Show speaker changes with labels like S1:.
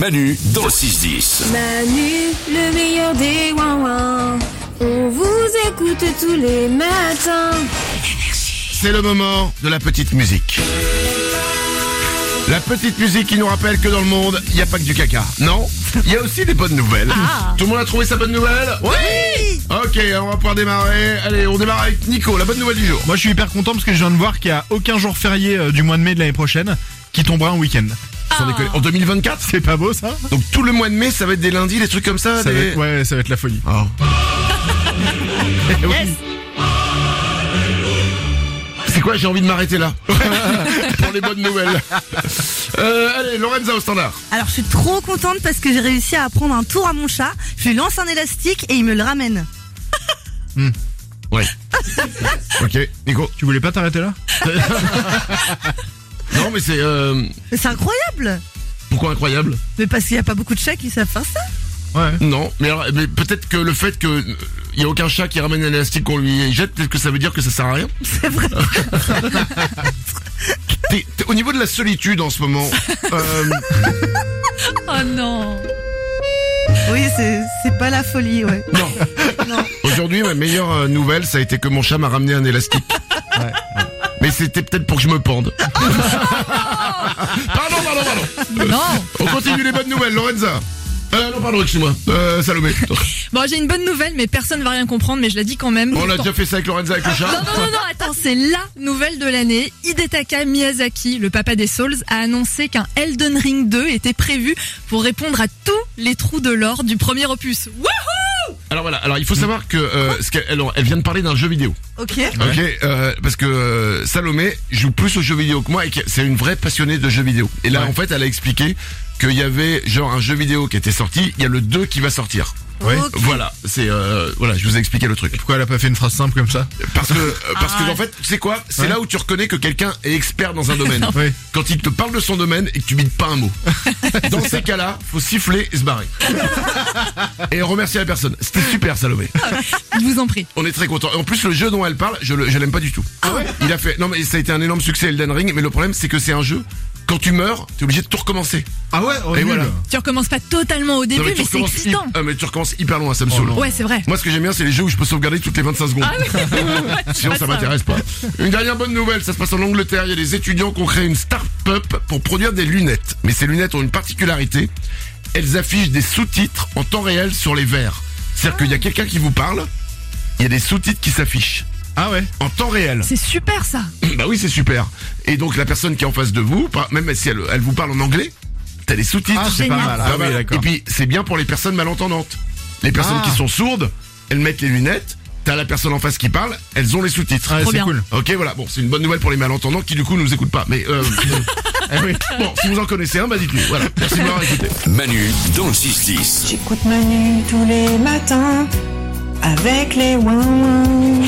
S1: Manu dans le 6-10.
S2: Manu, le meilleur des ouin On vous écoute tous les matins.
S3: C'est le moment de la petite musique. La petite musique qui nous rappelle que dans le monde, il n'y a pas que du caca. Non, il y a aussi des bonnes nouvelles. Tout le monde a trouvé sa bonne nouvelle Oui Ok, on va pouvoir démarrer. Allez, on démarre avec Nico, la bonne nouvelle du jour.
S4: Moi, je suis hyper content parce que je viens de voir qu'il n'y a aucun jour férié euh, du mois de mai de l'année prochaine qui tombera un week-end.
S3: Sans déconner. En 2024
S4: C'est pas beau ça
S3: Donc tout le mois de mai, ça va être des lundis, des trucs comme ça,
S4: ça va
S3: des-
S4: être, Ouais, ça va être la folie.
S3: Oh. Eh oui. C'est quoi, j'ai envie de m'arrêter là Pour les bonnes nouvelles. Euh, allez, Lorenza au standard.
S5: Alors je suis trop contente parce que j'ai réussi à apprendre un tour à mon chat. Je lui lance un élastique et il me le ramène.
S3: Ouais. ok, Nico.
S4: Tu voulais pas t'arrêter là
S3: Non, mais c'est euh,
S5: Mais c'est incroyable
S3: pourquoi incroyable
S5: Mais parce qu'il n'y a pas beaucoup de chats qui savent faire ça.
S4: Ouais.
S3: Non, mais, alors, mais peut-être que le fait que euh, y a aucun chat qui ramène un élastique qu'on lui jette, peut-être que ça veut dire que ça sert à rien.
S5: C'est vrai.
S3: T'es- t'es- au niveau de la solitude en ce moment, euh,
S6: Oh non
S5: Oui, c'est c'est pas la folie, ouais.
S3: non.
S5: Non.
S3: Aujourd'hui, ma meilleure euh, nouvelle, ça a été que mon chat m'a ramené un élastique. Mais c'était peut-être pour que je me pende. pardon, pardon, pardon.
S6: Non
S3: On continue les bonnes nouvelles, Lorenza. Euh, non, pardon, excuse-moi. Euh, Salomé.
S6: Bon, j'ai une bonne nouvelle, mais personne va rien comprendre, mais je la dis quand même.
S3: On a
S6: Attends.
S3: déjà fait ça avec Lorenza avec le
S6: Non,
S3: chat.
S6: non, non, non, attends, c'est la nouvelle de l'année. Hidetaka Miyazaki, le papa des Souls, a annoncé qu'un Elden Ring 2 était prévu pour répondre à tous les trous de l'or du premier opus. Wouh
S3: Alors voilà, alors il
S6: Mm.
S3: faut savoir que euh, ce qu'elle- alors, elle vient de parler d'un jeu vidéo.
S5: Ok.
S3: Ok, euh, parce que euh, Salomé joue plus aux jeux vidéo que moi et que c'est une vraie passionnée de jeux vidéo. Et là, en fait, elle a expliqué qu'il y avait genre un jeu vidéo qui était sorti, il y a le 2 qui va sortir.
S4: Ouais.
S5: Ok.
S3: Voilà, c'est euh, voilà, je vous ai expliqué le truc.
S4: Pourquoi elle a pas fait une phrase simple comme ça
S3: Parce que euh,
S6: Ah,
S3: parce que en fait, c'est quoi C'est
S4: Ouais.
S3: là où tu reconnais que quelqu'un est expert dans un domaine.
S4: Oui.
S3: Quand il te parle de son domaine et que tu bides pas un mot. Dans ces cas-là, faut siffler et se barrer. et remercier la personne. C'était super Salomé.
S6: Je vous en prie.
S3: On est très content. En plus, le jeu dont elle parle, je le- je l'aime pas du tout. Il a fait. Non, mais ça a été un énorme succès Elden Ring. Mais le problème, c'est que c'est un jeu. Quand tu meurs, t'es obligé de tout recommencer.
S4: Ah ouais
S3: Et voilà.
S6: Tu recommences pas totalement au
S3: Non,
S6: début,
S3: tu
S6: mais c'est
S3: recommences
S6: excitant.
S3: hy- ah, mais tu recommences hyper loin, ça me saoule.
S6: Ouais, Ah c'est vrai.
S3: Moi, ce que j'aime bien, c'est les jeux où je peux sauvegarder toutes les 25 secondes. Sinon,
S6: pas
S3: ça
S6: ça.
S3: m'intéresse pas. Une dernière bonne nouvelle, ça se passe en Angleterre. Il y a des étudiants qui ont créé une start-up pour produire des lunettes. Mais ces lunettes ont une particularité. Elles affichent des sous-titres en temps réel sur les verres. C'est-à-dire qu'il y a quelqu'un qui vous parle, il y a des sous-titres qui s'affichent
S4: Ah ouais
S3: en temps réel.
S6: C'est super ça.
S3: Bah oui, c'est super. Et donc, la personne qui est en face de vous, pas- même si elle, elle vous parle en anglais, t'as les sous-titres.
S4: Ah, c'est pas
S6: Génial.
S4: mal. Ah
S3: Pas
S4: oui,
S3: mal. Et
S4: d'accord.
S3: puis, c'est bien pour les personnes malentendantes. Les personnes
S4: Ah.
S3: qui sont sourdes, elles mettent les lunettes. T'as la personne en face qui parle, elles ont les sous-titres.
S4: Ah Ouais,
S6: Trop
S4: c'est
S6: bien.
S4: cool.
S3: Ok, voilà. Bon, c'est une bonne nouvelle pour les malentendants qui, du coup, nous écoutent pas. Mais, euh,
S4: Eh oui.
S3: bon, si vous en connaissez un, bah dites-nous. Voilà. Merci de m'avoir écouté.
S1: Manu dans le 6-10.
S7: J'écoute Manu tous les matins avec les ouin